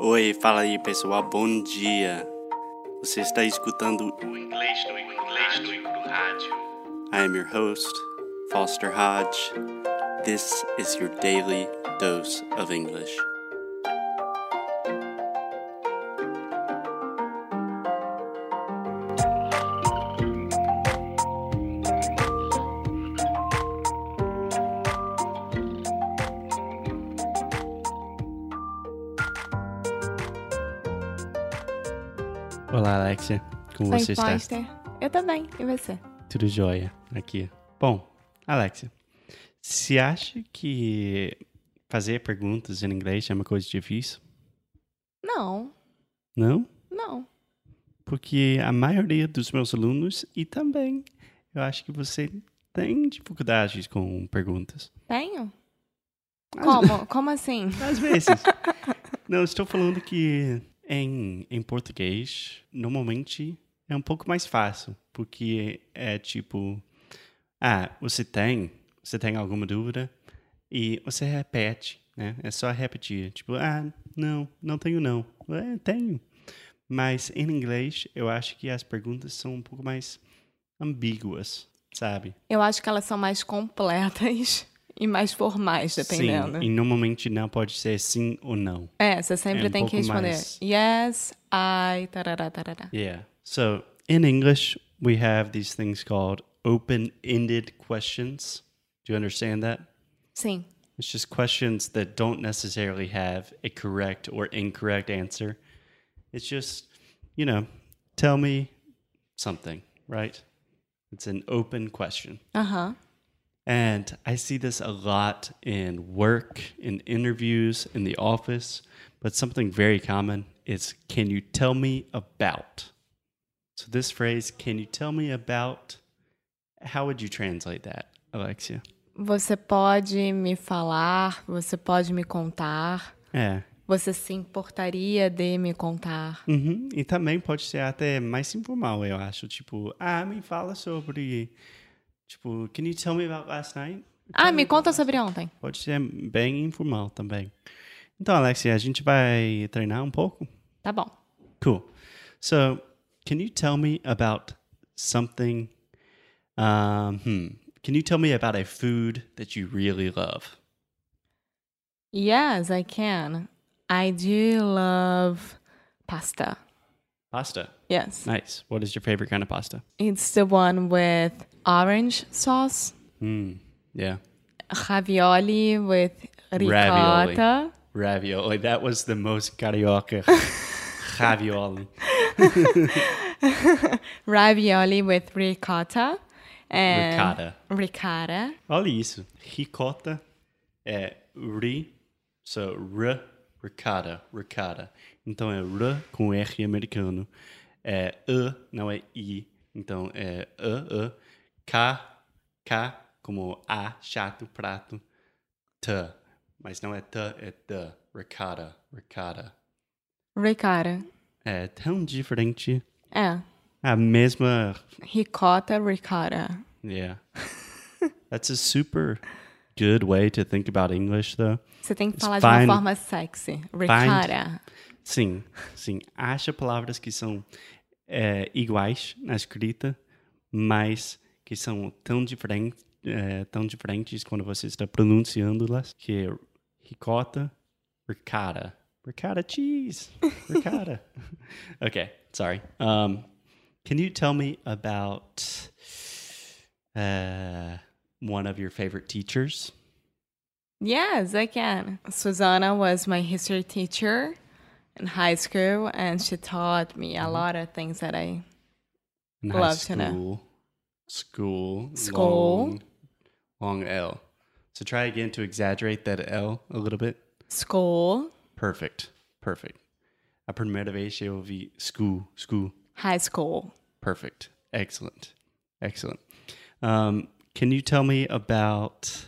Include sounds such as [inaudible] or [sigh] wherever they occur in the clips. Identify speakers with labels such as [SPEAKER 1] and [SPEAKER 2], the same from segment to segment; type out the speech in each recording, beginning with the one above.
[SPEAKER 1] Oi, fala aí pessoal, bom dia. Você está escutando o inglês do inglês do, do rádio. I am your host, Foster Hodge. This is your daily dose of English. Olá, Alexia. Como
[SPEAKER 2] Oi,
[SPEAKER 1] você está?
[SPEAKER 2] Foster. Eu também. E você?
[SPEAKER 1] Tudo jóia aqui. Bom, Alexia, se acha que fazer perguntas em inglês é uma coisa difícil?
[SPEAKER 2] Não,
[SPEAKER 1] Não?
[SPEAKER 2] não.
[SPEAKER 1] Porque a maioria dos meus alunos, e também eu acho que você tem dificuldades com perguntas.
[SPEAKER 2] Tenho? Ah. Como? Como assim?
[SPEAKER 1] Às vezes. [laughs] Não, estou falando que em, em português, normalmente é um pouco mais fácil, porque é tipo, ah, você tem, você tem alguma dúvida e você repete, né? É só repetir, tipo, ah, não, não tenho não. É, tenho. Mas em inglês, eu acho que as perguntas são um pouco mais ambíguas, sabe?
[SPEAKER 2] Eu acho que elas são mais completas [laughs] e mais formais, dependendo.
[SPEAKER 1] Sim, e normalmente não pode ser sim ou não.
[SPEAKER 2] É, você sempre
[SPEAKER 1] É um
[SPEAKER 2] tem que
[SPEAKER 1] pouco
[SPEAKER 2] responder
[SPEAKER 1] mais-
[SPEAKER 2] yes, I, tarará, tarará.
[SPEAKER 1] Yeah. So in English, we have these things called open ended questions. Do you understand that?
[SPEAKER 2] Sim.
[SPEAKER 1] It's just questions that don't necessarily have a correct or incorrect answer. It's just, you know, tell me something, right? It's an open question.
[SPEAKER 2] Aham.
[SPEAKER 1] And I see this a lot in work, in interviews, in the office, but something very common is can you tell me about? So this phrase, can you tell me about? How would you translate that, Alexia?
[SPEAKER 2] Você pode me falar, você pode me contar,
[SPEAKER 1] É.
[SPEAKER 2] você se importaria de me contar.
[SPEAKER 1] Uhum. E também pode ser até mais informal, eu acho. Tipo, ah, me fala sobre. Tipo, can you tell me about last night?
[SPEAKER 2] Ah, me conta sobre ontem.
[SPEAKER 1] Pode ser bem informal também. Então, Alexia, a gente vai treinar um pouco?
[SPEAKER 2] Tá bom.
[SPEAKER 1] Cool. So, can you tell me about something? Um, hmm. Can you tell me about a food that you really love?
[SPEAKER 2] Yes, I can. I do love pasta.
[SPEAKER 1] Pasta.
[SPEAKER 2] Yes.
[SPEAKER 1] Nice. What is your favorite kind of pasta?
[SPEAKER 2] It's the one with orange sauce,
[SPEAKER 1] Hmm. Yeah.
[SPEAKER 2] ravioli with
[SPEAKER 1] Ravioli.
[SPEAKER 2] ricotta.
[SPEAKER 1] Ravioli. That was the most [laughs] carioca ravioli.
[SPEAKER 2] Ravioli, with ricotta. And
[SPEAKER 1] Ricotta.
[SPEAKER 2] Ricotta.
[SPEAKER 1] Olha isso. Ricota é ri. So, r, ricotta, ricotta. Então é r com R americano. É e, não é i. Então é e, e. K, k como a, chato, prato. T. Mas não é t, é t. Ricotta, ricotta.
[SPEAKER 2] Ricotta.
[SPEAKER 1] É tão diferente.
[SPEAKER 2] É.
[SPEAKER 1] A mesma.
[SPEAKER 2] Ricotta, ricotta.
[SPEAKER 1] Yeah. That's a super good way to think about English, though.
[SPEAKER 2] Você tem que
[SPEAKER 1] It's
[SPEAKER 2] falar de uma
[SPEAKER 1] fine.
[SPEAKER 2] forma sexy. Ricotta.
[SPEAKER 1] Sim, sim. Acha palavras que são é, iguais na escrita, mas que são tão, diferen- é, tão diferentes quando você está pronunciando-las, que é ricota, ricotta. Ricotta cheese. Ricotta. [laughs] okay, sorry. Um, can you tell me about uh, one of your favorite teachers?
[SPEAKER 2] Yes, I can. Susanna was my history teacher in high school, and she taught me
[SPEAKER 1] Mm-hmm.
[SPEAKER 2] a lot of things that I
[SPEAKER 1] in
[SPEAKER 2] Love to
[SPEAKER 1] school,
[SPEAKER 2] know.
[SPEAKER 1] School.
[SPEAKER 2] School.
[SPEAKER 1] Long, long L. So try again to exaggerate that L a little bit.
[SPEAKER 2] school,
[SPEAKER 1] Perfect. Perfect. A primeira vez eu ouvi school, school.
[SPEAKER 2] high school.
[SPEAKER 1] Perfect. Excellent. Excellent. Um, can you tell me about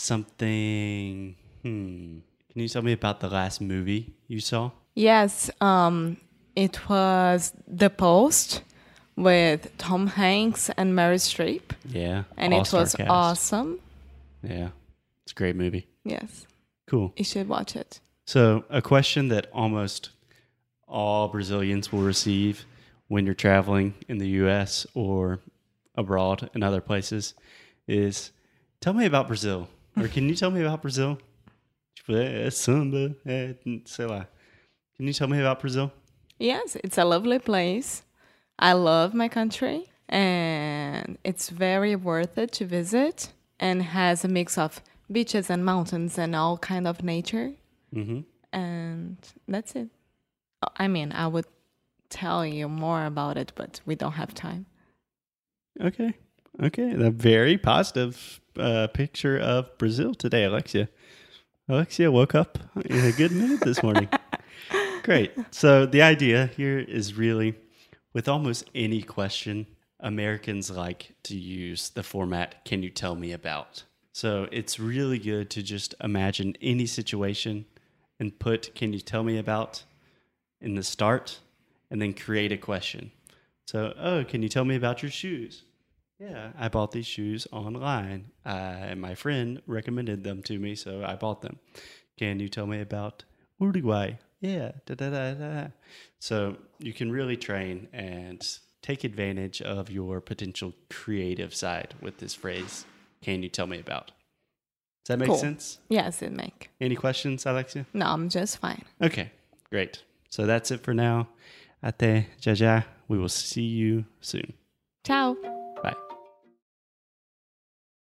[SPEAKER 1] something? Hmm. Can you tell me about the last movie you saw?
[SPEAKER 2] Yes, um, it was The Post with Tom Hanks and Mary Streep,
[SPEAKER 1] Yeah.
[SPEAKER 2] and it
[SPEAKER 1] All-star
[SPEAKER 2] was
[SPEAKER 1] cast.
[SPEAKER 2] awesome.
[SPEAKER 1] Yeah. It's a great movie.
[SPEAKER 2] Yes,
[SPEAKER 1] Cool.
[SPEAKER 2] you should watch it.
[SPEAKER 1] So, a question that almost all Brazilians will receive when you're traveling in the US or abroad and other places is tell me about Brazil. Or can you tell me about Brazil? Tipo, é, é samba, é, sei lá. Can you tell me about Brazil?
[SPEAKER 2] Yes, it's a lovely place. I love my country and it's very worth it to visit and has a mix of beaches and mountains and all kind of nature.
[SPEAKER 1] Mm-hmm.
[SPEAKER 2] And that's it. I mean, I would tell you more about it, but we don't have time.
[SPEAKER 1] Okay. Okay. A very positive uh, picture of Brazil today, Alexia. Alexia woke up in a good mood this morning. Great. So, the idea here is really with almost any question, Americans like to use the format, can you tell me about? So, it's really good to just imagine any situation and put, can you tell me about in the start and then create a question. So, oh, can you tell me about your shoes? Yeah, I bought these shoes online. Uh, my friend recommended them to me, so I bought them. Can you tell me about Uruguay? Yeah, da da da da. da. So you can really train and take advantage of your potential creative side with this phrase. Can you tell me about? Does that make
[SPEAKER 2] Cool.
[SPEAKER 1] sense?
[SPEAKER 2] Yes, it make.
[SPEAKER 1] Any questions, Alexia?
[SPEAKER 2] No, I'm just fine.
[SPEAKER 1] Okay, great. So that's it for now. Ate, ja ja. We will see you soon.
[SPEAKER 2] Ciao.